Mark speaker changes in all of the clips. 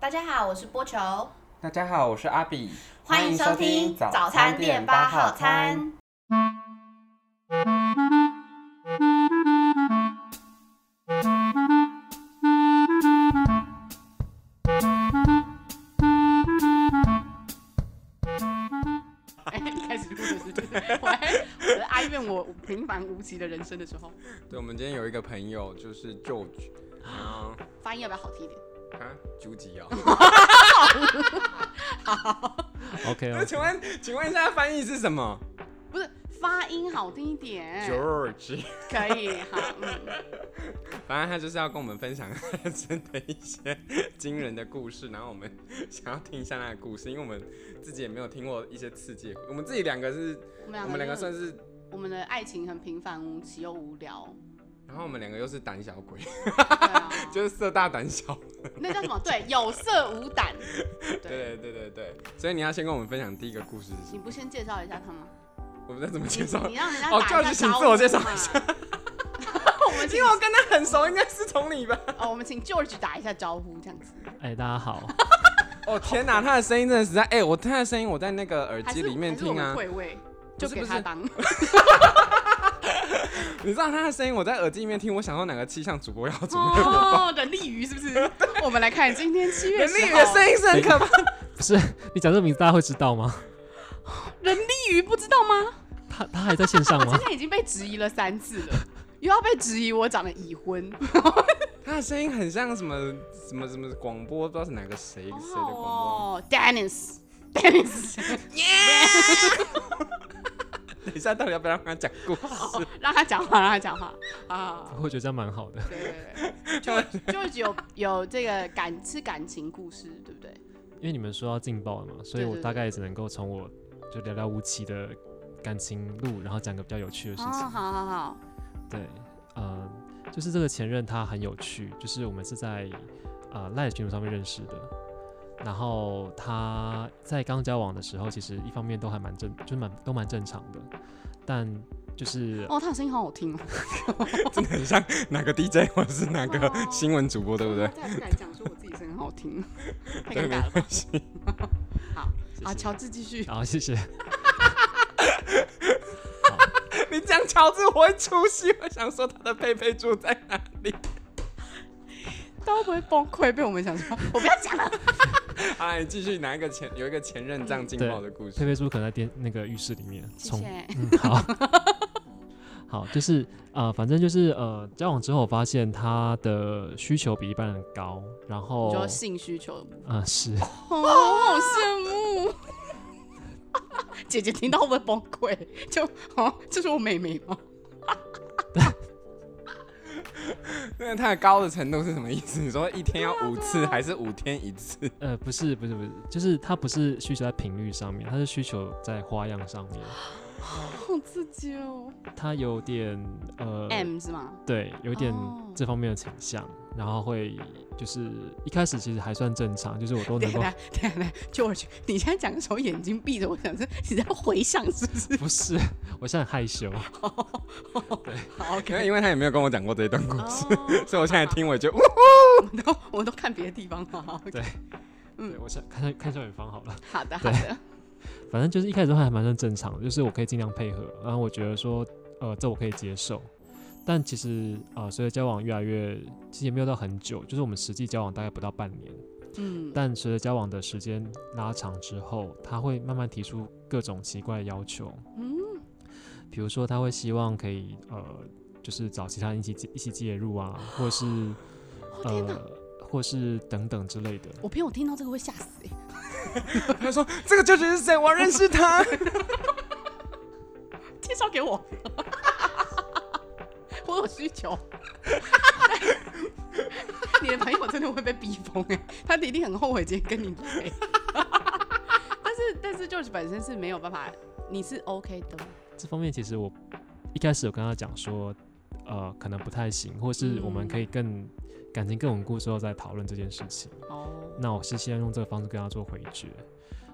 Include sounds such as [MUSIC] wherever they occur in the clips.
Speaker 1: 大家好，我是波球，
Speaker 2: 大家好，我是阿比，
Speaker 1: 欢迎收听早餐店八号餐。。
Speaker 3: 哎， [LAUGHS] 开始录的时间，我还我在哀怨我平凡无奇的人生的时候，
Speaker 2: 对，我们今天有一个朋友就是舅舅，啊
Speaker 3: 发音要不要好听一点？
Speaker 2: 啊，九吉啊。 [LAUGHS]
Speaker 4: OK 哦
Speaker 2: 那
Speaker 4: OK，
Speaker 2: 请问，请问一下翻译是什么
Speaker 3: 不是发音好听一
Speaker 1: 哎
Speaker 3: 点，
Speaker 2: ？George，
Speaker 3: 可以好，嗯，
Speaker 2: [LAUGHS] 反正他就是要跟我们分享他人生的一些惊人的故事，然后我们想要听一下他的故事，因为我们自己也没有听过一些刺激的。我们自己两个是，
Speaker 3: 我们
Speaker 2: 我
Speaker 3: 两
Speaker 2: 们
Speaker 3: 个
Speaker 2: 两个
Speaker 3: 就是
Speaker 2: 算是，
Speaker 3: 我们的爱情很平凡无奇又
Speaker 2: [LAUGHS]
Speaker 3: 无聊，
Speaker 2: 然后我们两个又是胆小鬼，
Speaker 3: 对啊，
Speaker 2: [LAUGHS] 就是色大胆小。
Speaker 3: 那叫什么？对，有色无胆，对，
Speaker 2: 对对对对对，所以你要先跟我们分享第一个故事是什么？
Speaker 3: 你不先介绍一下他吗？
Speaker 2: 我们再怎么介绍
Speaker 3: 你？你让人家
Speaker 2: 哦
Speaker 3: 打一
Speaker 2: 教
Speaker 3: 下
Speaker 2: 育请
Speaker 3: 招
Speaker 2: 自我介
Speaker 3: 呼
Speaker 2: 绍
Speaker 3: 嘛
Speaker 2: 一下。
Speaker 3: 我们
Speaker 2: 因
Speaker 3: 请
Speaker 2: 为我跟他很熟，应该是从你吧？
Speaker 3: 哦，我们请 George 打一下招呼，这样子。
Speaker 4: 哎、大家好，
Speaker 2: 哦天哪，他的声音真的实在，哎、我他的声音我在那个耳
Speaker 3: 还
Speaker 2: 机
Speaker 3: 是
Speaker 2: 里面
Speaker 3: 还是我
Speaker 2: 听
Speaker 3: 们
Speaker 2: 啊，
Speaker 3: 退位，
Speaker 2: 不
Speaker 3: 就是给
Speaker 2: 不
Speaker 3: 他
Speaker 2: 是
Speaker 3: 当。
Speaker 2: 你知道他的声音我在耳机里面听，我想到哪个气象主播要准 [LAUGHS] 备我。
Speaker 3: [LAUGHS] 哦，人力鱼是
Speaker 2: [LAUGHS]
Speaker 3: 不是？我们来看今天七月
Speaker 2: 人力
Speaker 3: 10
Speaker 2: 鱼
Speaker 3: 号
Speaker 2: 的声音是很可怕，
Speaker 4: 不是你讲这个名字，大家会知道吗？
Speaker 3: 人力鱼不知道吗？
Speaker 4: 他他还在线上
Speaker 3: 我
Speaker 4: 吗
Speaker 3: 今？
Speaker 4: [LAUGHS]
Speaker 3: 天已经被质疑了三次了，又要被质疑我长得已婚，
Speaker 2: 他的声音很像什么什么什么广播，不知道是哪个谁谁的广播。
Speaker 3: 哦，Dennis。Dennis，
Speaker 2: [LAUGHS] 等一下到底要不要让他讲故 [LAUGHS] 事？
Speaker 3: 让他讲话，让他讲话啊！
Speaker 4: 我觉得这样蛮好的。
Speaker 3: 对
Speaker 2: [LAUGHS]
Speaker 3: 对对，就就有有这个感是感情故事，对不对？
Speaker 4: 因为你们说要劲爆了嘛，所以
Speaker 3: 对
Speaker 4: 我
Speaker 3: 对
Speaker 4: 大
Speaker 3: 对
Speaker 4: 概也只能够从我就寥寥无几的感情路，然后讲个比较有趣的事
Speaker 3: 哦，
Speaker 4: 情。
Speaker 3: 好好好，
Speaker 4: 对，呃，就是这个前任他很有趣，就是我们是在呃赖群组上面认识的。然后他在刚交往的时候，其实一方面都还蛮正，就是蛮都蛮正常的，但就是
Speaker 3: 哦，他的声音好好听哦，
Speaker 2: 真的很像哪个 DJ 或者是哪个
Speaker 3: 哦
Speaker 2: 新闻主播，对不 [LAUGHS] 对？
Speaker 3: 再也不敢讲说我自己声音很好听，太尴
Speaker 2: 对，没
Speaker 3: 尬了吧
Speaker 2: 关？系。 [LAUGHS]
Speaker 4: 谢
Speaker 3: 好，
Speaker 4: 谢
Speaker 3: 乔治继续。 [LAUGHS]
Speaker 4: 好，啊谢谢。
Speaker 2: 你讲乔治，我会出戏。我想说他的佩佩猪在哪里？
Speaker 3: 大家会不会崩溃？被我们想说，我不要讲了。
Speaker 2: 好啦，你哎继续拿一个前有一个前任这样劲爆的故事
Speaker 4: 佩。佩猪可能在电那个浴室里面
Speaker 3: 谢
Speaker 4: 冲
Speaker 3: 谢。
Speaker 4: 嗯，好，好，就是呃，反正就是呃，交往之后我发现他的需求比一般人高，然
Speaker 3: 你
Speaker 4: 后
Speaker 3: 说性需求的部分，
Speaker 4: 嗯、是，
Speaker 3: 哦，我好羡慕。 [LAUGHS] 姐姐听到会不会崩溃？就哦，这是我妹妹吗？
Speaker 2: 那他的高的程度是什么意思？你说一天要五
Speaker 3: 嗯
Speaker 2: 次，还是五天一次？
Speaker 4: 呃，不是，不是，不是，就是他不是需求在频率上面，他是需求在花样上面，
Speaker 3: 好刺激哦。
Speaker 4: 他有点呃
Speaker 3: M 是吗？
Speaker 4: 对，有点
Speaker 3: 哦
Speaker 4: 这方面的倾向，然后会就是一开始其实还算正常，就是我都
Speaker 3: 等 [LAUGHS]
Speaker 4: 能
Speaker 3: 一
Speaker 4: 够
Speaker 3: 下，等一下等一下，George，你现在讲的时候眼睛闭着，我想是你在回想是不是？
Speaker 4: 不是， [LAUGHS] 我现在很害羞， [LAUGHS]
Speaker 3: 好
Speaker 2: 可能
Speaker 3: ，OK。
Speaker 2: 因为他也没有跟我讲过这一段故事，
Speaker 3: 哦
Speaker 2: 所以我现在听我就，呜
Speaker 3: 我都我都看别的地方了。好，OK
Speaker 4: [LAUGHS]
Speaker 3: 嗯
Speaker 4: 对对我想看看看向远方好了。
Speaker 3: 好的好
Speaker 4: 对
Speaker 3: 的，
Speaker 4: 反正就是一开始都还蛮算正常的，就是我可以尽量配合，然后我觉得说，呃，这我可以接受。但其实呃，随着交往越来越，其实也没有到很久，就是我们实际交往大概不到半年。
Speaker 3: 嗯，
Speaker 4: 但随着交往的时间拉长之后，他会慢慢提出各种奇怪的要求，
Speaker 3: 嗯，
Speaker 4: 比如说他会希望可以呃，就是找其他人一起介一起介入啊，或是
Speaker 3: 哦天哪
Speaker 4: 呃，，或是等等之类的。
Speaker 3: 我朋友听到这个会吓死哎。
Speaker 2: 他说这个舅舅是谁？我要认识
Speaker 3: [LAUGHS]
Speaker 2: 他。
Speaker 3: 介绍给我， [LAUGHS] 我有需求。 [LAUGHS] 你的朋友真的会被逼疯哎、他一定很后悔今天跟你来。 [LAUGHS] 但是但是就是本身是没有办法，你是 OK 的吗，
Speaker 4: 这方面其实我一开始有跟他讲说，呃，可能不太行，或是我们可以更、感情更稳固之后再讨论这件事情。
Speaker 3: 哦，
Speaker 4: 那我是先用这个方式跟他做回绝，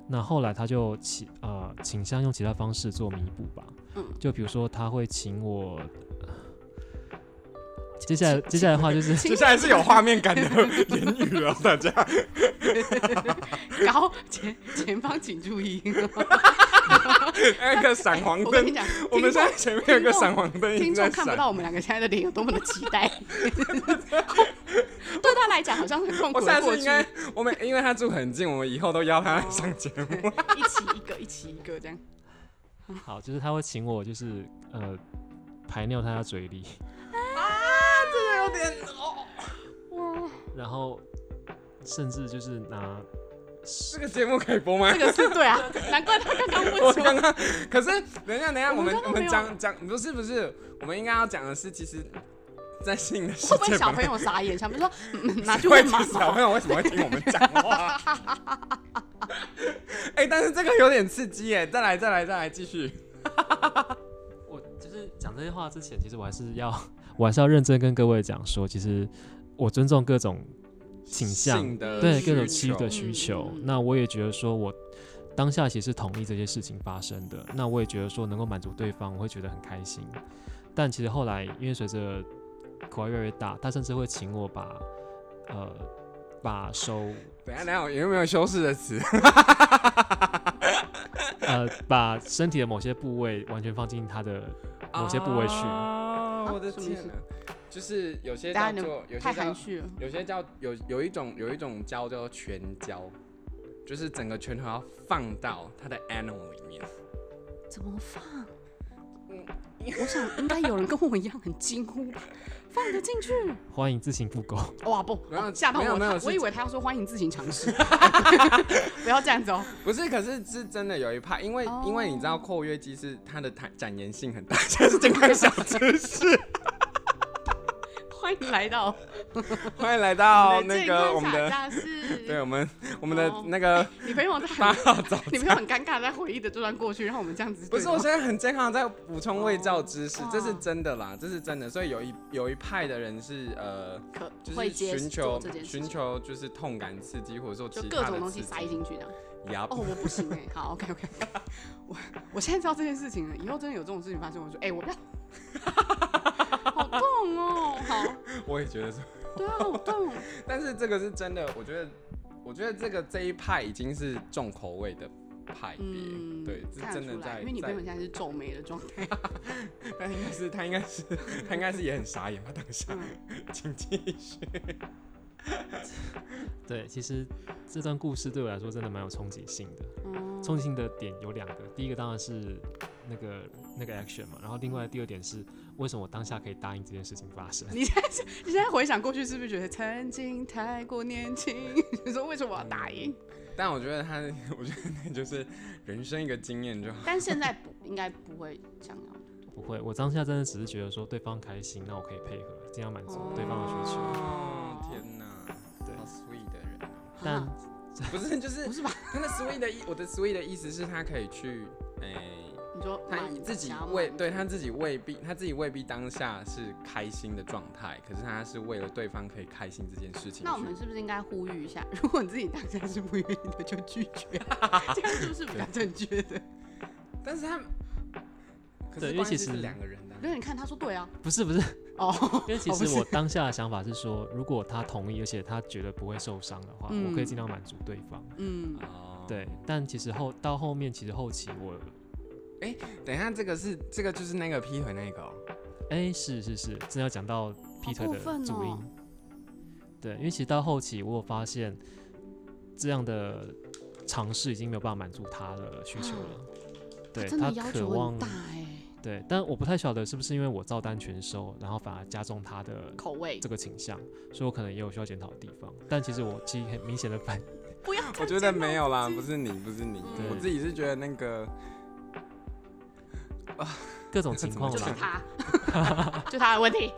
Speaker 4: 那后来他就其呃倾向用其他方式做弥补吧，
Speaker 3: 嗯
Speaker 4: 就比如说他会请我。呃接下来接下来的话就是
Speaker 2: 接下来是有画面感的言语了，大
Speaker 3: [LAUGHS]
Speaker 2: 家。
Speaker 3: 高前前方请注意。
Speaker 2: 哎，一个闪黄
Speaker 3: 我跟你
Speaker 2: 灯，
Speaker 3: 讲，
Speaker 2: [LAUGHS] 我们现在前面有个闪黄灯，
Speaker 3: 听
Speaker 2: 在
Speaker 3: 众看不
Speaker 2: 闪。
Speaker 3: 到我们两个现在的脸有多么的期
Speaker 2: [LAUGHS]
Speaker 3: 待，对他来讲好像很痛苦
Speaker 2: 我
Speaker 3: 的
Speaker 2: 下
Speaker 3: 过
Speaker 2: 次
Speaker 3: 去
Speaker 2: 应。该，我们因为他住很近，我们以后都邀他来上节目。
Speaker 3: 一起一个，一起一个这样。
Speaker 4: 好，就是他会请我就是呃排尿他的嘴里，
Speaker 2: 真
Speaker 4: [LAUGHS]
Speaker 2: 的有点哦，
Speaker 4: 然后甚至就是拿
Speaker 2: 这个节目可以播吗
Speaker 3: 这？个是对啊，难怪他刚刚
Speaker 2: [LAUGHS] 我
Speaker 3: 问
Speaker 2: 刚
Speaker 3: 说，
Speaker 2: 刚，可是等一下，等一下，我
Speaker 3: 我
Speaker 2: 们
Speaker 3: 们刚刚
Speaker 2: 我
Speaker 3: 没
Speaker 2: 们
Speaker 3: 有
Speaker 2: 讲讲，不是不是，我们应该要讲的是，其实，在性 [LAUGHS] 的世
Speaker 3: 会不会
Speaker 2: 界
Speaker 3: 小
Speaker 2: 本
Speaker 3: 朋
Speaker 2: 来，
Speaker 3: 友傻眼，想不说
Speaker 2: [LAUGHS]
Speaker 3: 嗯拿去
Speaker 2: 会
Speaker 3: 问妈
Speaker 2: 小
Speaker 3: 妈
Speaker 2: 朋。友为什么会听我们讲话？ [LAUGHS] 哎、但是这个有点刺激耶！再来，再来，再来，继续。
Speaker 4: 我就是讲这些话之前，其实我还是要我还是要认真跟各位讲说，其实我尊重各种倾向
Speaker 2: 性，的
Speaker 4: 对
Speaker 2: 需
Speaker 4: 各种
Speaker 2: 求
Speaker 4: 妻的需求。
Speaker 3: 嗯嗯嗯
Speaker 4: 那我也觉得说我。当下其实是同意这些事情发生的，那我也觉得说能够满足对方，我会觉得很开心。但其实后来，因为随着口味越来越大，他甚至会请我把呃把手
Speaker 2: 等一下，等一下，有没有修饰的词？
Speaker 4: 呃把身体的某些部位完全放进他的某些部位去。
Speaker 2: 哦，我的
Speaker 3: 什么意
Speaker 2: 天
Speaker 3: 思
Speaker 2: 哪！就是有些
Speaker 3: 大
Speaker 2: 叫
Speaker 3: 家能
Speaker 2: 做，有
Speaker 3: [LAUGHS] 太
Speaker 2: 些叫
Speaker 3: 含蓄了，
Speaker 2: 有些叫有有一种有一种胶叫做全胶，就是整个拳头要放到它的 animal 里面。
Speaker 3: 怎么放？我想应该有人跟我一样很惊呼吧，放得进去？
Speaker 4: 欢迎自行复购。
Speaker 3: 哇不哦
Speaker 2: 没有，
Speaker 3: 吓到
Speaker 2: 没有
Speaker 3: 我
Speaker 2: 没有
Speaker 3: 了！
Speaker 2: 是
Speaker 3: 我以为他要说欢迎自行尝试，
Speaker 2: [LAUGHS]
Speaker 3: [LAUGHS] 不要这样子哦。
Speaker 2: 不是，可是是真的有一派，因为、
Speaker 3: 哦
Speaker 2: 因为你知道括约肌是它的展展延性很大， [LAUGHS] 这是健康小知
Speaker 3: [LAUGHS]
Speaker 2: 识。
Speaker 3: 欢迎来到
Speaker 2: 欢迎来到
Speaker 3: 们的
Speaker 2: 那
Speaker 3: 健
Speaker 2: 个
Speaker 3: 康
Speaker 2: 我们
Speaker 3: 小
Speaker 2: 的，
Speaker 3: 教室
Speaker 2: [LAUGHS] 对我们我们的
Speaker 3: 哦
Speaker 2: 那
Speaker 3: [LAUGHS]
Speaker 2: 个
Speaker 3: 你朋
Speaker 2: [LAUGHS]
Speaker 3: 友在
Speaker 2: 八
Speaker 3: 很，
Speaker 2: 号早
Speaker 3: 你
Speaker 2: 餐。
Speaker 3: 朋友很尴尬地在回忆的这段过去，然后我们这样子
Speaker 2: 不是，
Speaker 3: 对
Speaker 2: 我
Speaker 3: 话
Speaker 2: 现在很健康，在补充卫教知识
Speaker 3: 哦，
Speaker 2: 这是真的啦，这是真的。所以有一有一派的人是呃，
Speaker 3: 可
Speaker 2: 就
Speaker 3: 会
Speaker 2: 是
Speaker 3: 接
Speaker 2: 寻
Speaker 3: 受
Speaker 2: 求
Speaker 3: 这件事
Speaker 2: 寻
Speaker 3: 情，
Speaker 2: 求就是痛感刺激，或者说
Speaker 3: 就
Speaker 2: 其
Speaker 3: 各
Speaker 2: 他
Speaker 3: 种
Speaker 2: 的
Speaker 3: 东
Speaker 2: 刺
Speaker 3: 西
Speaker 2: 激。
Speaker 3: 塞进去这样。
Speaker 2: 呀，
Speaker 3: 哦，我不行哎、好，OK OK，我我现在知道这件事情了，以后真的有这种事情发生，我说哎、我不要，好痛哦，好，
Speaker 2: 我也觉得是，
Speaker 3: 对啊，好痛，
Speaker 2: 但是这个是真的，我觉得，我觉得这个这一派已经是重口味的派别，
Speaker 3: 嗯，
Speaker 2: 对，是
Speaker 3: 看得
Speaker 2: 真的
Speaker 3: 出来，
Speaker 2: 在，
Speaker 3: 因为你
Speaker 2: 在
Speaker 3: 朋友现在是皱眉的状
Speaker 2: [LAUGHS]
Speaker 3: 态，
Speaker 2: 但 [LAUGHS] 应该是他应该
Speaker 3: [LAUGHS]
Speaker 2: 是他应该是也很傻眼吧？当
Speaker 3: 嗯
Speaker 2: 下，请继续。
Speaker 4: 对，其实这段故事对我来说真的蛮有冲击性的。
Speaker 3: 嗯，
Speaker 4: 冲击性的点有两个，第一个当然是那个那个 action 嘛，然后另外第二点是为什么我当下可以答应这件事情发生。 [LAUGHS]
Speaker 3: 你现在是你现在回想过去，是不是觉得曾经太过年轻？ [LAUGHS] 你说为什么我要打赢？
Speaker 2: 但我觉得他，我觉得那就是人生一个经验就好。
Speaker 3: 但现在不应该不会这样啊。
Speaker 4: 不会，我当下真的只是觉得说对方开心，那我可以配合，尽量满足对方的需求。
Speaker 2: 哦，天哪，
Speaker 4: 对
Speaker 2: 好 sweet 的
Speaker 3: [LAUGHS]
Speaker 2: 人哦，
Speaker 4: 但
Speaker 3: 啊
Speaker 2: 不是就是
Speaker 3: 不是吧？
Speaker 2: 他的 sweet 的意，我的 sweet 的意思是他可以去，哎、
Speaker 3: 你说
Speaker 2: 他
Speaker 3: 满
Speaker 2: 自己
Speaker 3: 想要
Speaker 2: 未
Speaker 3: 满
Speaker 2: 对他自己未必，他自己未必当下是开心的状态，可是他是为了对方可以开心这件事情去。
Speaker 3: 那我们是不是应该呼吁一下？ [LAUGHS] 如果你自己当下是不愿意的，就拒绝， [LAUGHS] 这样是不是比较正确的？
Speaker 2: 但是他，可
Speaker 4: 对
Speaker 2: 是
Speaker 4: 因为
Speaker 2: 关系
Speaker 4: 其实
Speaker 2: 是两个人的啊、
Speaker 3: 没有，你看他说对啊，
Speaker 4: 不是不是，
Speaker 3: 哦，
Speaker 4: 因为其
Speaker 3: 哦不
Speaker 4: 实
Speaker 3: 是 [LAUGHS]
Speaker 4: 我当下的想法是说，如果他同意，而且他觉得不会受伤的话，我可
Speaker 3: 嗯
Speaker 4: 以尽量满足对方。
Speaker 3: 嗯，
Speaker 2: 哦，
Speaker 4: 对，但其实后到后面，其实后期我，
Speaker 2: 等一下，这个是这个就是那个劈腿那个、哦，
Speaker 4: 哎、是是是，真的要讲到劈腿
Speaker 3: 过
Speaker 4: 的
Speaker 3: 分
Speaker 4: 主因。
Speaker 3: 哦
Speaker 4: 对，因为其实到后期，我有发现这样的尝试已经没有办法满足他的需求了。对
Speaker 3: 啊真的要
Speaker 4: 渴
Speaker 3: 求很
Speaker 4: 望
Speaker 3: 大，哎，
Speaker 4: 对，但我不太晓得是不是因为我照单全收，然后反而加重他的
Speaker 3: 口味
Speaker 4: 这个倾向，所以我可能也有需要检讨的地方。但其实我其实很明显的反，
Speaker 3: 不要，哦
Speaker 2: 我觉得没有啦，不是你，不是你，
Speaker 4: 对
Speaker 2: 我自己是觉得那
Speaker 3: [LAUGHS]
Speaker 2: 个
Speaker 4: 各种情
Speaker 2: 怎么
Speaker 4: 况
Speaker 3: 就是
Speaker 4: 啦。
Speaker 3: 他，
Speaker 2: [LAUGHS]
Speaker 3: 就他的问题，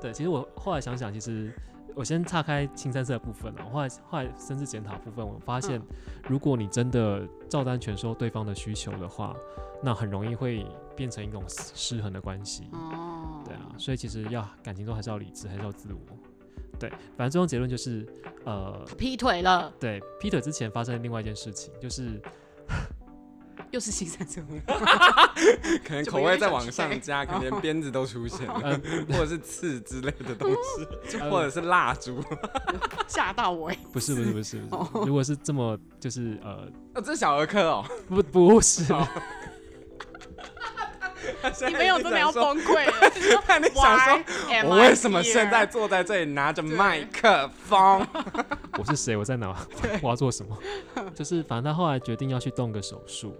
Speaker 4: 对，其实我后来想想，其实我先岔开青山色的部分了。我后来后来深自检讨部分，我发现
Speaker 3: 嗯，
Speaker 4: 如果你真的照单全收对方的需求的话，那很容易会变成一种失失衡的关系。
Speaker 3: 哦，
Speaker 4: 对啊，，所以其实要感情中还是要理智，还是要自我。对，反正最终结论就是，呃，
Speaker 3: 他劈腿了，
Speaker 4: 对，劈腿之前发生另外一件事情，就是
Speaker 3: 又是新三色温，
Speaker 2: 可能口味再往上加，可能
Speaker 3: [LAUGHS]
Speaker 2: 连鞭子都出现
Speaker 4: [LAUGHS] 呃
Speaker 2: 了，或者是刺之类的东西，或者是蜡烛。
Speaker 3: 吓到我哎、
Speaker 4: 不是不是不是不是，如果是这么就是呃，
Speaker 2: 哦，这是小儿科哦，
Speaker 4: 不不是，
Speaker 3: 你们有真的要崩溃了？就是说
Speaker 2: 看你想
Speaker 3: [LAUGHS] Why
Speaker 2: 说，
Speaker 3: am
Speaker 2: 我
Speaker 3: I
Speaker 2: 为什么
Speaker 3: here？
Speaker 2: 现在坐在这里拿着麦克风？
Speaker 4: 我是谁，我在
Speaker 2: [LAUGHS]
Speaker 4: 哪，我要做什么，就是反正他后来决定要去动个手术，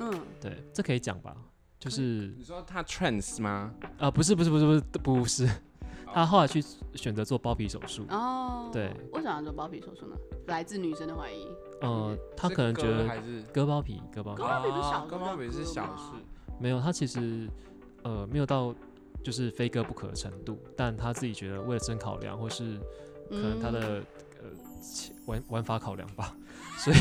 Speaker 3: 嗯，
Speaker 4: 对，这可以讲吧？就是
Speaker 2: 你说他 trans 吗？
Speaker 4: 啊、不是不是不是不是不是，
Speaker 2: 哦
Speaker 4: 他后来去选择做包皮手术，
Speaker 3: 哦，
Speaker 4: 对，
Speaker 3: 为什么要做包皮手术呢？来自女生的怀疑，
Speaker 4: 呃，他
Speaker 2: 哦是
Speaker 4: 可能觉
Speaker 2: 割
Speaker 4: 得
Speaker 2: 还是
Speaker 4: 割包皮割包皮
Speaker 3: 割包皮不是小
Speaker 2: 哦
Speaker 3: 事
Speaker 2: 割包皮
Speaker 3: 比较
Speaker 2: 是
Speaker 3: 割
Speaker 2: 小
Speaker 3: 吗
Speaker 2: 事，
Speaker 4: 没有，他其实呃没有到就是非割不可的程度，但他自己觉得为了真考量，或是可能他的、
Speaker 2: 嗯
Speaker 4: 呃其玩玩法考量吧， [LAUGHS] 所以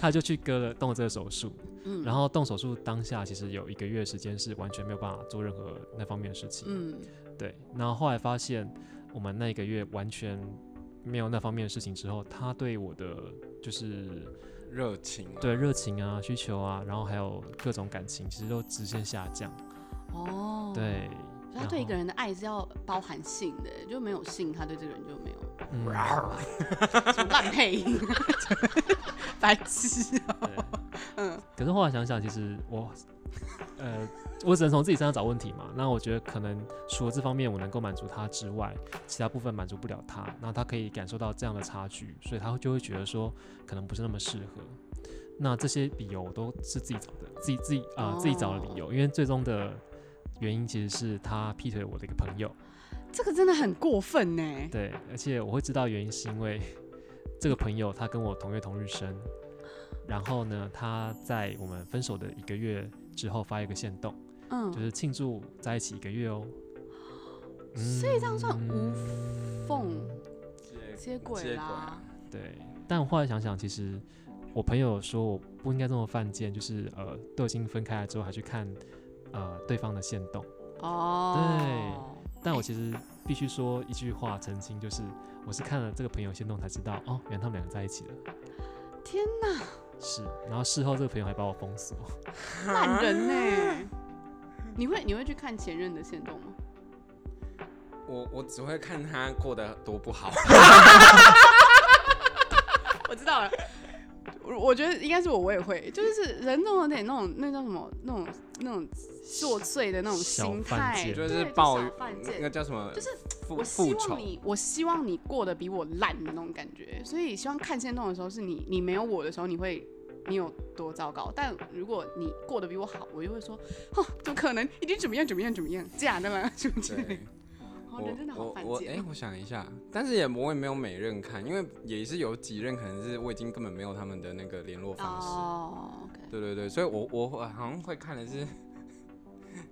Speaker 4: 他就去割了动了这个手术。
Speaker 3: 嗯，
Speaker 4: 然后动手术当下，其实有一个月时间是完全没有办法做任何那方面的事情。
Speaker 3: 嗯
Speaker 4: 对，然后后来发现我们那一个月完全没有那方面的事情之后，他对我的就是
Speaker 2: 热情啊。
Speaker 4: 对热情啊、需求啊，然后还有各种感情，其实都直线下降。
Speaker 3: 哦，
Speaker 4: 对，
Speaker 3: 所以他
Speaker 4: 然
Speaker 3: 对一
Speaker 4: 后
Speaker 3: 个人的爱是要包含性的，就没有性，他对这个人就没有
Speaker 4: 嗯
Speaker 3: 什么烂配音， [LAUGHS] 白痴哦、
Speaker 4: 对，可是后来想想，其实我，呃，我只能从自己身上找问题嘛。那我觉得可能除了这方面我能够满足他之外，其他部分满足不了他，然后他可以感受到这样的差距，所以他就会觉得说可能不是那么适合。那这些理由都是自己找的，自己自己啊、自己找的理由，因为最终的原因其实是他劈腿我的一个朋友，
Speaker 3: 这个真的很过分呢。
Speaker 4: 对，而且我会知道原因是因为这个朋友他跟我同月同日生，然后呢，他在我们分手的一个月之后发一个线动，
Speaker 3: 嗯，
Speaker 4: 就是庆祝在一起一个月哦。嗯
Speaker 3: 所以这样算无缝接
Speaker 2: 接
Speaker 3: 轨
Speaker 2: 轨
Speaker 3: 啦
Speaker 2: 啊。
Speaker 4: 对，但我后来想想，其实我朋友说我不应该这么犯贱，就是呃都已经分开了之后还去看呃对方的线动，
Speaker 3: 哦，
Speaker 4: 但我其实必须说一句话澄清，就是我是看了这个朋友线动才知道哦，原来他们两个在一起了。
Speaker 3: 天哪，
Speaker 4: 是，然后事后这个朋友还把我封
Speaker 3: [LAUGHS]
Speaker 4: 锁，
Speaker 3: 烂人呢！你会你会去看前任的线动吗？
Speaker 2: 我我只会看他过得多不
Speaker 4: [LAUGHS]
Speaker 2: 好，
Speaker 3: [LAUGHS] 我知道了。我我觉得应该是我，我也会，就是人总有点那种那叫什么那种那种作祟的那种
Speaker 4: 小
Speaker 3: 心
Speaker 4: 犯
Speaker 3: 态，
Speaker 4: 贱
Speaker 3: 对，
Speaker 2: 就是
Speaker 3: 就
Speaker 2: 抱
Speaker 3: 小犯
Speaker 2: 那
Speaker 3: 贱
Speaker 2: 个，叫什么？
Speaker 3: 就是
Speaker 2: 复
Speaker 3: 我希
Speaker 2: 复仇
Speaker 3: 望。你，我希望你过得比我烂的那种感觉，所以希望看线动的时候是你，你没有我的时候，你会你有多糟糕？但如果你过得比我好，我就会说，哦，怎么可能？一定怎么样怎么样怎么样，假的啦，什么之类
Speaker 2: 对
Speaker 3: 的。， [LAUGHS] 哦，
Speaker 2: 我
Speaker 3: 人真的好
Speaker 2: 我
Speaker 3: 犯
Speaker 2: 我哎、
Speaker 3: 贱。
Speaker 2: 我想一下，但是也我也没有每任看，因为也是有几任可能是我已经根本没有他们的那个联络方式。
Speaker 3: 哦，OK，
Speaker 2: 对对对，所以我我我好像会看的是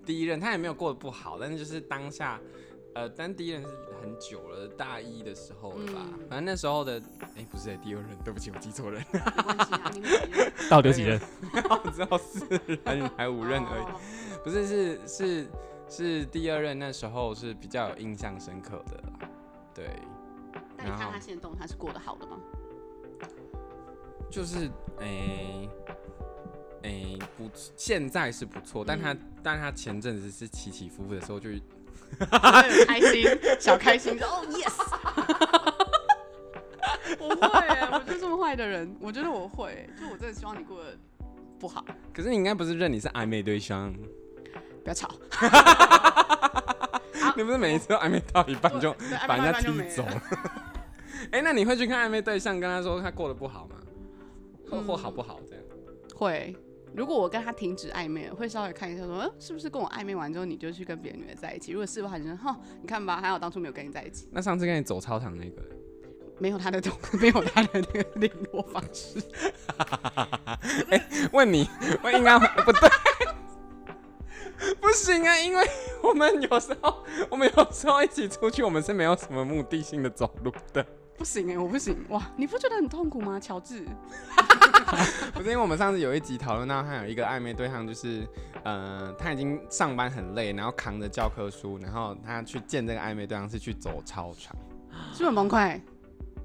Speaker 2: 第一任，他也没有过得不好，但是就是当下，呃，但第一任是很久了，大一的时候了吧，
Speaker 3: 嗯
Speaker 2: 反正那时候的，哎、不是、第二任，对不起，我记错人，
Speaker 3: 没关系啊，你们
Speaker 4: 到底有几人？
Speaker 2: [LAUGHS]
Speaker 3: 哎
Speaker 2: 我知道四任还五任而已，
Speaker 3: 已。
Speaker 2: 不是是是是第二任那时候是比较有印象深刻的啦，对，
Speaker 3: 那你
Speaker 2: 然
Speaker 3: 看
Speaker 2: 后
Speaker 3: 他现动，他是过得好
Speaker 2: [LAUGHS]
Speaker 3: 的吗？
Speaker 2: 就是诶诶、不，现在是不错，但
Speaker 3: 嗯
Speaker 2: 他、但他前阵子是起起伏伏的时候就
Speaker 3: 很开心，小开心，哦 yes。我会耶，我就是这么坏的人，我觉得我会耶，就我真的希望你过得不好，
Speaker 2: 可是你应该不是认你是暧昧对象，
Speaker 3: 不要吵。
Speaker 2: 你不是每一次都暧昧到一半就
Speaker 3: 对对暧昧
Speaker 2: 把人
Speaker 3: 到
Speaker 2: 家
Speaker 3: 一半就
Speaker 2: 踢
Speaker 3: 没
Speaker 2: 走
Speaker 3: 了
Speaker 2: 了？ [LAUGHS] 哎、那你会去看暧昧对象，跟他说他过得不好吗？或
Speaker 3: 嗯
Speaker 2: 或好不好这样？
Speaker 3: 会，如果我跟他停止暧昧了，会稍微看一下说，嗯，是不是跟我暧昧完之后你就去跟别的女的在一起？如果是的话，你就说，哼，你看吧，还好当初没有跟你在一起，
Speaker 2: 那上次跟你走操场那个，
Speaker 3: 没有他的动，没有他的那个联络方式。
Speaker 2: 问你，我应该 [LAUGHS] 不对，不行啊，因为我们有时候，我们有时候一起出去，我们是没有什么目的性的走路的，
Speaker 3: 不行哎、我不行哇！你不觉得很痛苦吗，乔治？
Speaker 2: 不是因为我们上次有一集讨论到他有一个暧昧对象，就是呃，他已经上班很累，然后扛着教科书，然后他去见这个暧昧对象是去走操场。 [LAUGHS]
Speaker 3: 是不是很崩溃？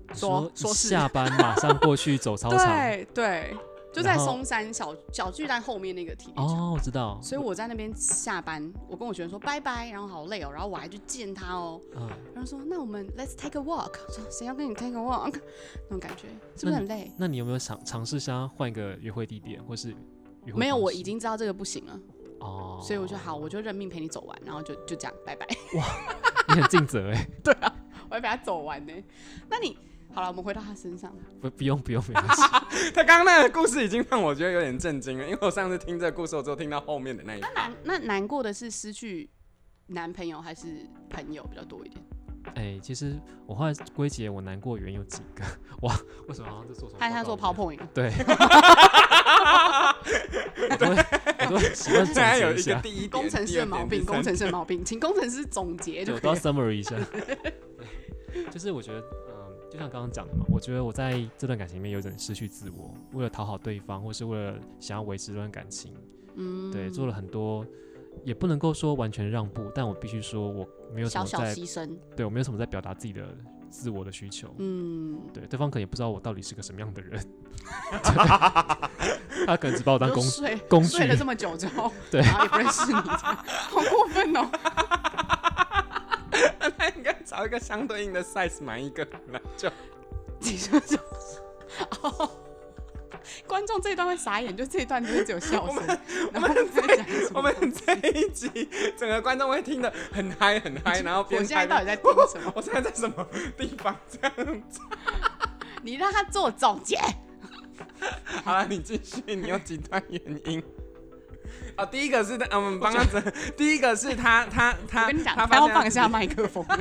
Speaker 4: 你
Speaker 3: 说
Speaker 4: 一
Speaker 3: 说是
Speaker 4: 下班马上过去走操场，
Speaker 3: 对对，就在
Speaker 4: 然后
Speaker 3: 松山小小巨蛋后面那个体育场。
Speaker 4: 哦，我知道，
Speaker 3: 所以我在那边下班，我跟我学生说拜拜，然后好累哦，然后我还去见他哦，
Speaker 4: 嗯，
Speaker 3: 然后说那我们 let's take a walk，我说谁要跟你 take a walk，那种感觉是不是
Speaker 4: 那
Speaker 3: 很累？
Speaker 4: 那你有没有尝尝试想要换一个约会地点，或是约会
Speaker 3: 没有，
Speaker 4: 方
Speaker 3: 我
Speaker 4: 式
Speaker 3: 已经知道这个不行了，
Speaker 4: 哦，
Speaker 3: 所以我就好，我就认命陪你走完，然后就就这样拜拜， [LAUGHS]
Speaker 4: 你很尽责哎，
Speaker 3: 我要陪他走完呢。那你好了，我们回到他身上，
Speaker 4: 不不用不用没关系， [LAUGHS]
Speaker 2: 他刚刚那个故事已经让我觉得有点震惊了，因为我上次听这个故事，我只有听到后面的那一趴。
Speaker 4: [LAUGHS]
Speaker 3: 难那难过的是失去男朋友还是朋友比较多一点？
Speaker 4: 哎，其实我后来归结我难过的原因有几个，哇， [LAUGHS] 为什么好像在做什么？
Speaker 3: 他他做 PowerPoint，
Speaker 4: [LAUGHS] 对，我都会我都会习惯总
Speaker 2: 虽然有一
Speaker 4: 结一
Speaker 2: 个
Speaker 4: 下，
Speaker 2: 第一点、
Speaker 3: 工程师
Speaker 2: 第二
Speaker 3: 的
Speaker 2: 点
Speaker 3: 毛病，
Speaker 2: 第三
Speaker 3: 工程
Speaker 2: 点
Speaker 3: 师的毛病，请工程师总结就
Speaker 4: 对我
Speaker 3: 可以
Speaker 4: 都要
Speaker 3: 了。
Speaker 4: summary 一下。对， [LAUGHS] 就是我觉得，嗯，就像刚刚讲的嘛，我觉得我在这段感情里面有点失去自我，为了讨好对方，或是为了想要维持这段感情，
Speaker 3: 嗯，
Speaker 4: 对，做了很多，也不能够说完全让步，但我必须说我没有什
Speaker 3: 小
Speaker 4: 么
Speaker 3: 小
Speaker 4: 在，
Speaker 3: 牺牲，
Speaker 4: 对我没有什么在表达自己的自我的需求，
Speaker 3: 嗯，
Speaker 4: 对，对方可能也不知道我到底是个什么样
Speaker 3: [LAUGHS]
Speaker 4: 的人， [LAUGHS] 对他可能只把我当
Speaker 3: 就
Speaker 4: 工具，
Speaker 3: 睡
Speaker 4: 工具
Speaker 3: 睡了这么久之后，
Speaker 4: 对
Speaker 3: 然后也不认识你，这样好过分哦！
Speaker 2: [LAUGHS] 那应该找一个相对应的 size 买一个，那
Speaker 3: [LAUGHS]
Speaker 2: 就
Speaker 3: 你说就是， [LAUGHS] 哦，观众这一段会傻眼，就这一段就会只有笑声，然后不知道在讲什么
Speaker 2: 我。们这一集整个观众会听得很嗨很嗨，然后
Speaker 3: 我
Speaker 2: 边
Speaker 3: 现在
Speaker 2: 拍
Speaker 3: 到
Speaker 2: 边
Speaker 3: 底在听什么？
Speaker 2: [LAUGHS] 我现在在什么地方？这样子，
Speaker 3: 你让他做总结。
Speaker 2: 好了，你继续，你有几段原 [LAUGHS] 因？啊、第一个是他，啊我们帮他整，第一个是他，他，他，
Speaker 3: 我跟你讲，
Speaker 2: 他
Speaker 3: 他要
Speaker 2: 发
Speaker 3: 放
Speaker 2: 现
Speaker 3: 下麦克风。
Speaker 2: 他，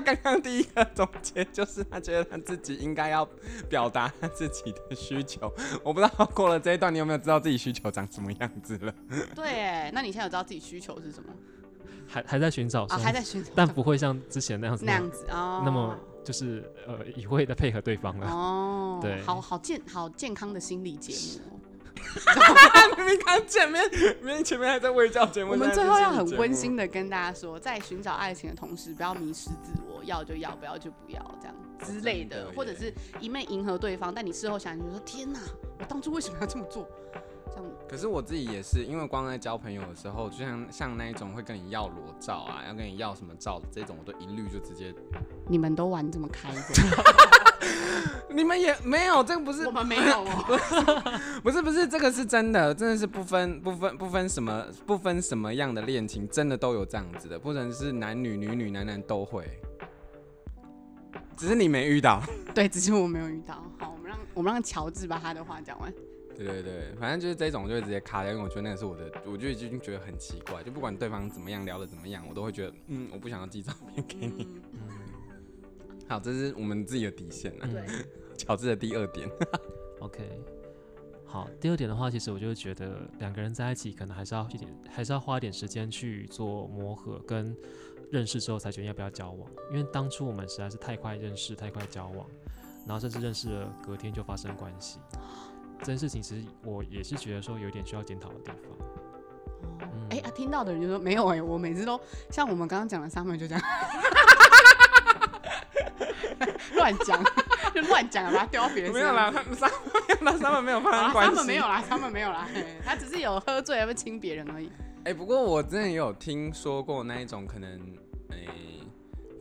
Speaker 2: [LAUGHS] 他刚刚第一个总结就是他觉得他自己应该要表达他自己的需求。 [LAUGHS] 我不知道过了这一段，你有没有知道自己需求长什么样子 [LAUGHS] 了？
Speaker 3: [LAUGHS] 对，哎，那你现在有知道自己需求是什 [LAUGHS] 么
Speaker 4: 还还在寻找
Speaker 3: 啊？
Speaker 4: 中，
Speaker 3: 还在寻找
Speaker 4: 但不会像之前那样子
Speaker 3: 那
Speaker 4: 那
Speaker 3: 样
Speaker 4: 样
Speaker 3: 子哦。
Speaker 4: 那么就是呃一味的配合对方了。
Speaker 3: [LAUGHS] 哦，
Speaker 4: 对
Speaker 3: 好好健好健康的心理节目哦。
Speaker 2: 明明刚前面，明明前面还在微教节目，
Speaker 3: 我们
Speaker 2: 现在
Speaker 3: 最
Speaker 2: 是
Speaker 3: 后
Speaker 2: 心
Speaker 3: 要
Speaker 2: 理
Speaker 3: 很
Speaker 2: 节
Speaker 3: 温
Speaker 2: 目
Speaker 3: 馨的跟大家说，在寻找爱情的同时，不要迷失自我，要就要，不要就不要，这样之类
Speaker 2: 真
Speaker 3: 的
Speaker 2: 的，耶
Speaker 3: 或者是一昧迎合对方，但你事后想，你就说天哪，我当初为什么要这么做？这样
Speaker 2: 可是我自己也是，因为光在交朋友的时候，就像像那一种会跟你要裸照啊，要跟你要什么照的这种，我都一律就直接。
Speaker 3: 你们都玩这么开， [LAUGHS]
Speaker 2: 你们也没有，这个不是
Speaker 3: 我们没有 [LAUGHS] 哦。
Speaker 2: 不是不是，这个是真的，真的是不分不分不分什么不分什么样的恋情，真的都有这样子的，不论是男女、女女、男男都会。只是你没遇到，
Speaker 3: 对，只是我没有遇到。好，我们让我们让乔治把他的话讲完。
Speaker 2: 对对对，反正就是这种，我就会直接卡掉，因为我觉得那个是我的，我就已经觉得很奇怪，就不管对方怎么样聊的怎么样，我都会觉得，嗯，我不想要寄照片给你。
Speaker 3: 嗯，
Speaker 2: [LAUGHS] 好，这是我们自己的底线
Speaker 1: 嗯
Speaker 2: 了、啊。
Speaker 3: 对，
Speaker 2: 乔治的第二点，
Speaker 4: OK，好，第二点的话，其实我就觉得两个人在一起，可能还是要一点，还是要花一点时间去做磨合跟认识之后，才决定要不要交往。因为当初我们实在是太快认识，太快交往，然后甚至认识了隔天就发生关系，这件事情其实我也是觉得说有一点需要检讨的地方。嗯
Speaker 3: [LAUGHS] 哎、啊，听到的人就说没有哎、我每次都像我们刚刚讲的 summer 就这 [LAUGHS] 样，乱讲就乱讲，把它丢到别人
Speaker 2: 没
Speaker 3: 身
Speaker 2: 有啦，
Speaker 3: 上。
Speaker 2: 他们三没有啦，他们没有
Speaker 3: [LAUGHS]
Speaker 2: 发生
Speaker 3: 啊，他
Speaker 2: 关系，
Speaker 3: 们没有。啦，他们没有 [LAUGHS] 啦，嘿他只是有喝醉，要不亲别人而已。
Speaker 2: 哎、不过我真的也有听说过那一种可能，哎、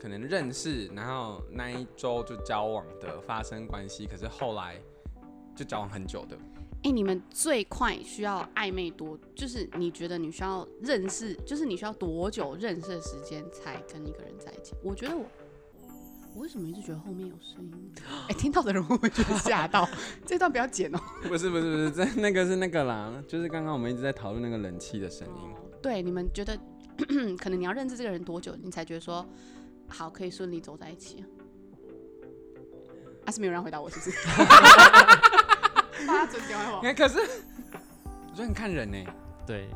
Speaker 2: 可能认识，然后那一周就交往的发生关系，可是后来就交往很久的。
Speaker 3: 哎、你们最快需要暧昧多，就是你觉得你需要认识，就是你需要多久认识的时间才跟一个人在一起？我觉得我，我为什么一直觉得后面有声音？ [LAUGHS] 哎、听到的人会不会觉得吓到？ [LAUGHS] 这段不要剪哦、
Speaker 2: 不是不是不是，这那个是那个啦，就是刚刚我们一直在讨论那个冷气的声音。
Speaker 3: 对，你们觉得 [CLEARS THROAT] 可能你要认识这个人多久，你才觉得说好可以顺利走在一起啊？啊，是没有人要回答我，是不 [LAUGHS] 是？大家准点回我
Speaker 2: 哎、。可是 [LAUGHS] 我觉得很看人呢、
Speaker 4: 对，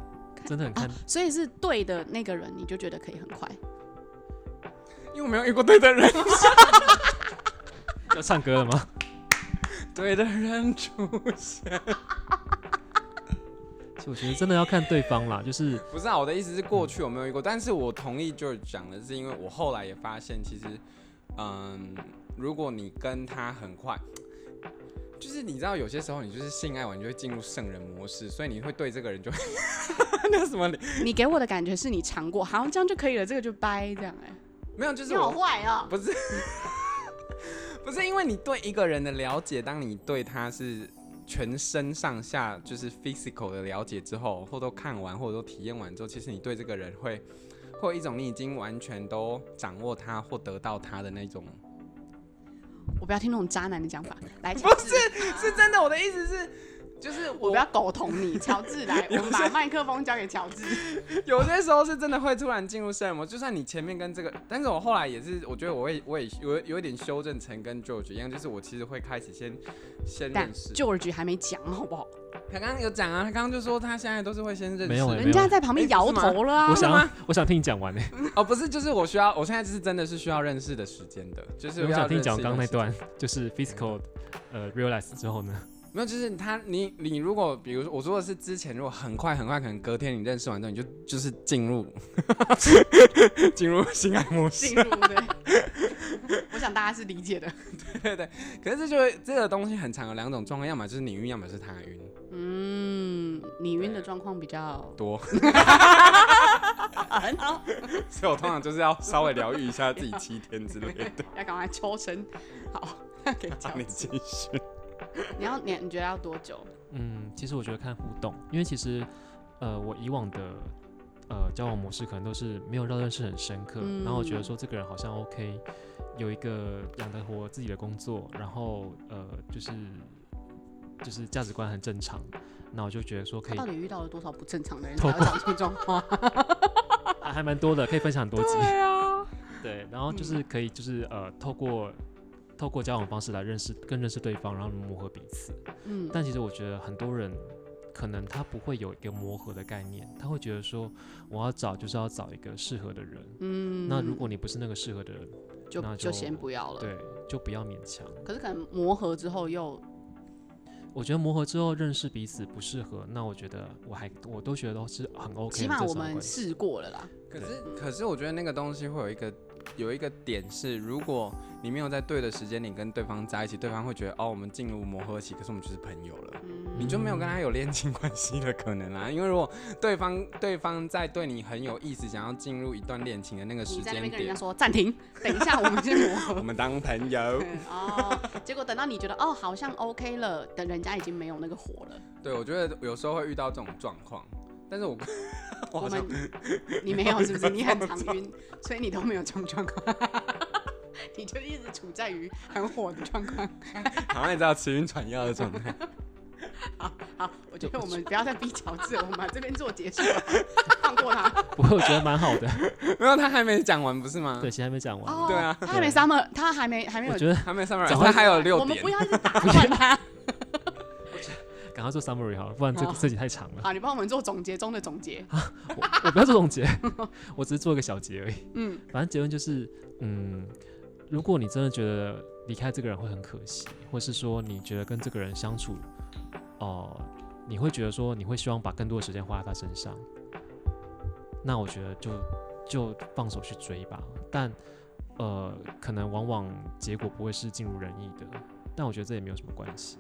Speaker 4: 真的很看
Speaker 3: 啊，所以是对的那个人，你就觉得可以很快。
Speaker 2: 因为我没有遇过对的人， [LAUGHS]
Speaker 4: 要唱歌了吗？ [LAUGHS]
Speaker 2: 对的人出现。
Speaker 4: 其实我觉得真的要看对方啦，就是
Speaker 2: 不是啊，我的意思是过去我没有遇过，但是我同意就是讲的是，因为我后来也发现，其实，嗯，如果你跟他很快，就是你知道，有些时候你就是性爱完就会进入圣人模式，所以你会 [LAUGHS] 对这个人就那什么
Speaker 3: 你给我的感觉是你尝过，好像这样就可以了，这个就掰这样哎、
Speaker 2: 没有，就是
Speaker 1: 你好
Speaker 2: 我
Speaker 1: 坏哦，
Speaker 2: 不是 [LAUGHS] 不是因为你对一个人的了解，当你对他是全身上下就是 physical 的了解之后，或都看完或者都体验完之后，其实你对这个人会会有一种你已经完全都掌握他或得到他的那种
Speaker 3: 我不要听那种渣男的讲法，来，
Speaker 2: 不
Speaker 3: 乔治
Speaker 2: 是， [LAUGHS] 是真的。我的意思是，就是
Speaker 3: 我
Speaker 2: 我
Speaker 3: 不要苟同你，乔治来，我们把麦克风交给乔治。
Speaker 2: [LAUGHS] 有些时候是真的会突然进入圣魔，就算你前面跟这个，但是我后来也是，我觉得我会，我也有有一点修正成跟 George 一样，就是我其实会开始先先
Speaker 3: 但
Speaker 2: 认识。
Speaker 3: George 还没讲好不好？
Speaker 2: 他刚刚有讲啊，他刚刚就说他现在都是会先认识。
Speaker 4: 没有欸
Speaker 3: 人家在旁边
Speaker 2: 哎不
Speaker 3: 摇
Speaker 2: 是吗
Speaker 3: 头了啊
Speaker 4: 我！想要我想听你讲完呢、欸
Speaker 2: 哦，不是，就是我需要，我现在就是真的是需要认识的时间的，就是
Speaker 4: 我
Speaker 2: 要
Speaker 4: 想听你讲
Speaker 2: 认识一
Speaker 4: 刚刚那
Speaker 2: 时间
Speaker 4: 段，就是 physical 呃 realize 之后呢，
Speaker 2: 没有，就是他，你你如果比如说，我说的是之前，如果很快很快，可能隔天你认识完之后，你就就是进入 [LAUGHS] 进入性爱模式
Speaker 3: 进。入对， [LAUGHS] 我想大家是理解的。
Speaker 2: 对对，可是这就会这个东西很常有两种状况，要么就是你晕，要么是他晕。
Speaker 3: 嗯，你晕的状况比较
Speaker 2: 多， [LAUGHS]
Speaker 3: 很好，
Speaker 2: 所以我通常就是要稍微疗愈一下自己七天之类的。
Speaker 3: [LAUGHS] 要赶快抽身。好，给乔
Speaker 2: 让你
Speaker 3: 治。
Speaker 2: 继续。
Speaker 3: 你要你你觉得要多久？
Speaker 4: 嗯，其实我觉得看互动，因为其实呃我以往的呃交往模式可能都是没有让认识很深刻，然后我觉得
Speaker 3: 嗯
Speaker 4: 说这个人好像 OK，有一个养得活自己的工作，然后呃就是就是价值观很正常，那我就觉得说可
Speaker 3: 他
Speaker 4: 以
Speaker 3: 到底遇到了多少不正常的人才
Speaker 4: 透
Speaker 3: 会讲出这种话？
Speaker 4: 啊还还蛮多的，可以分享很多集。
Speaker 3: 啊，
Speaker 4: 对，然后就是可以就是呃，透过透过交往方式来认识更认识对方，然后磨合彼此。
Speaker 3: 嗯，
Speaker 4: 但其实我觉得很多人可能他不会有一个磨合的概念，他会觉得说我要找就是要找一个适合的人。
Speaker 3: 嗯
Speaker 4: 那如果你不是那个适合的人，
Speaker 3: 就
Speaker 4: 那
Speaker 3: 就
Speaker 4: 就
Speaker 3: 先不要了。
Speaker 4: 对，就不要勉强。
Speaker 3: 可是可能磨合之后又
Speaker 4: 我觉得磨合之后认识彼此不适合，那我觉得我还我都觉得都是很 OK 的
Speaker 3: 起码
Speaker 4: 正
Speaker 3: 我
Speaker 4: 常
Speaker 3: 们
Speaker 4: 关系
Speaker 3: 试过了啦。
Speaker 2: 可是可是我觉得那个东西会有一个有一个点是，如果你没有在对的时间点跟对方在一起，对方会觉得哦，我们进入磨合期，可是我们就是朋友了。
Speaker 3: 嗯
Speaker 2: 你就没有跟他有恋情关系的可能啦、啊因为如果对方对方在对你很有意思，想要进入一段恋情的那个时
Speaker 3: 你在那
Speaker 2: 间
Speaker 3: 边跟人
Speaker 2: 点
Speaker 3: 家，说暂停，等一下我们先磨
Speaker 2: 我 [LAUGHS]
Speaker 3: 合。
Speaker 2: 们当朋
Speaker 3: [LAUGHS]
Speaker 2: 友。
Speaker 3: 嗯哦，结果等到你觉得哦好像 OK 了，等人家已经没有那个火了。
Speaker 2: 对，我觉得有时候会遇到这种状况，但
Speaker 3: [LAUGHS]
Speaker 2: 是我 [LAUGHS] 我
Speaker 3: 我
Speaker 2: 好像
Speaker 3: 们你没有
Speaker 2: [LAUGHS]
Speaker 3: 是不是？你很常晕，所以你都没有这种状况， [LAUGHS] 你就一直处在于很火的状况。
Speaker 2: 好像也知道吃晕船药的状态。
Speaker 3: 好，我觉得我们不要再逼乔治了，我们把这边做结束了，放过他。
Speaker 4: 不过我觉得
Speaker 3: [LAUGHS]
Speaker 4: 蛮好的。
Speaker 2: 没有，他还没讲完不是吗？
Speaker 4: 对，，其实还没讲完，
Speaker 3: 嗯哦，
Speaker 2: 对啊
Speaker 3: 他还没 summer，他还没还没有
Speaker 4: 我觉得
Speaker 2: 还没 summarize，
Speaker 4: 赶快
Speaker 2: 他还有六
Speaker 3: 我们
Speaker 2: 点
Speaker 3: 不。要一直打断他。
Speaker 4: 赶快做 summary 好了，不然这
Speaker 3: 好
Speaker 4: 个这集太长了。
Speaker 3: 好，你帮我们做总结中的总 [LAUGHS] 结。
Speaker 4: 我我不要做总结，我只是做一个小结而已。
Speaker 3: 嗯，
Speaker 4: 反正结论就是，嗯，如果你真的觉得离开这个人会很可惜，或是说你觉得跟这个人相处，哦、你会觉得说你会希望把更多的时间花在他身上，那我觉得就就放手去追吧。但呃，可能往往结果不会是尽如人意的，但我觉得这也没有什么关系，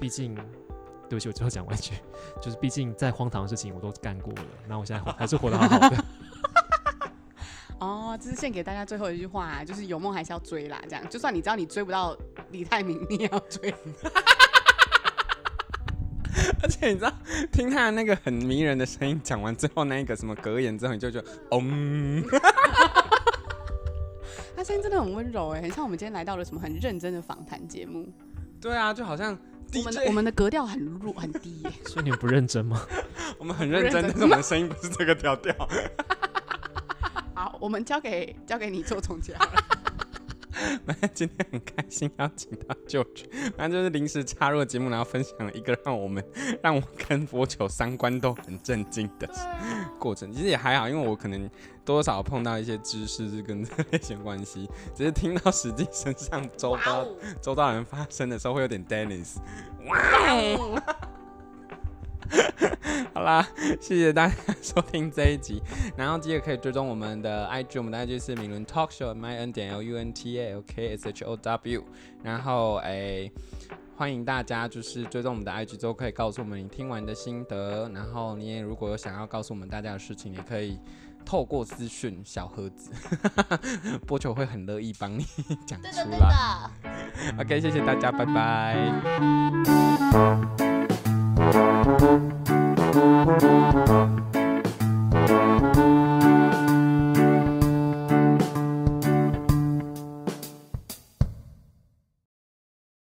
Speaker 4: 毕竟。对不起，我最后讲完一句，就是毕竟再荒唐的事情我都干过了，那我现在活还是活得好好的。 [LAUGHS]
Speaker 3: 哦，这是献给大家最后一句话、就是有梦还是要追啦。这样，就算你知道你追不到李泰明，你也要追。
Speaker 2: [LAUGHS] 而且你知道，听他的那个很迷人的声音讲完之后，那一个什么格言之后，你就
Speaker 3: [LAUGHS]
Speaker 2: 觉得，嗯，
Speaker 3: [LAUGHS] 他声音真的很温柔哎、很像我们今天来到了什么很认真的访谈节 [LAUGHS] 目。
Speaker 2: 对啊，就好像
Speaker 3: 我们
Speaker 2: DJ，
Speaker 3: 的我们的格调很弱很低耶、
Speaker 4: 所以你们不认真吗？
Speaker 2: 我们很认真，
Speaker 3: 不认真
Speaker 2: 但是我们声音不是这个调 [LAUGHS] 调。
Speaker 3: [LAUGHS] 好，我们交给交给你做总结 [LAUGHS] 好了。
Speaker 2: 今天很开心啊邀请到 George，反正就是临时插入节目，然后分享了一个让我们让我跟博九三观都很震惊的过程。其实也还好，因为我可能多少碰到一些知识是跟这类型有关系，只是听到实际身上周遭周遭人发生的时候会有点 Dennis。
Speaker 3: 哦，
Speaker 2: 好啦， [LAUGHS] 谢谢大家收听这一集，然后记得可以追踪我们的 IG，我们的 IG 是明伦 Talk Show M I N 点 L U N T A L K S H O W，然后诶、欢迎大家就是追踪我们的 IG 之后，可以告诉我们你听完的心得。然后你也如果有想要告诉我们大家的事情，也可以透过私讯小盒子， [LAUGHS] 波球会很乐意帮你讲
Speaker 1: 对的
Speaker 2: 出
Speaker 1: 对
Speaker 2: 来。
Speaker 1: 的。
Speaker 2: OK，谢谢大家，拜拜。
Speaker 1: 拜拜。